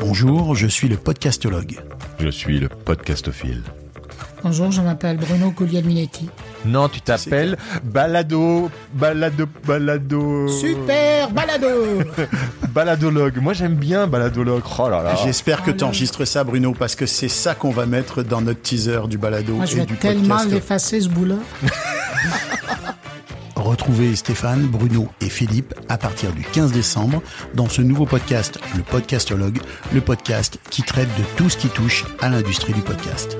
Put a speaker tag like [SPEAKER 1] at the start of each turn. [SPEAKER 1] Bonjour, je suis le podcastologue.
[SPEAKER 2] Je suis le podcastophile.
[SPEAKER 3] Bonjour, je m'appelle Bruno Guglielminetti.
[SPEAKER 4] Non, tu t'appelles Balado, Balado, Balado.
[SPEAKER 3] Super balado
[SPEAKER 4] Baladologue. Moi, j'aime bien Baladologue. Oh là là.
[SPEAKER 1] J'espère que tu enregistres ça, Bruno, parce que c'est ça qu'on va mettre dans notre teaser du balado
[SPEAKER 3] Moi, je
[SPEAKER 1] et
[SPEAKER 3] vais
[SPEAKER 1] du
[SPEAKER 3] tellement
[SPEAKER 1] podcast.
[SPEAKER 3] l'effacer, ce bout-là.
[SPEAKER 1] Retrouvez Stéphane, Bruno et Philippe à partir du 15 décembre dans ce nouveau podcast, le Podcastologue, le podcast qui traite de tout ce qui touche à l'industrie du podcast.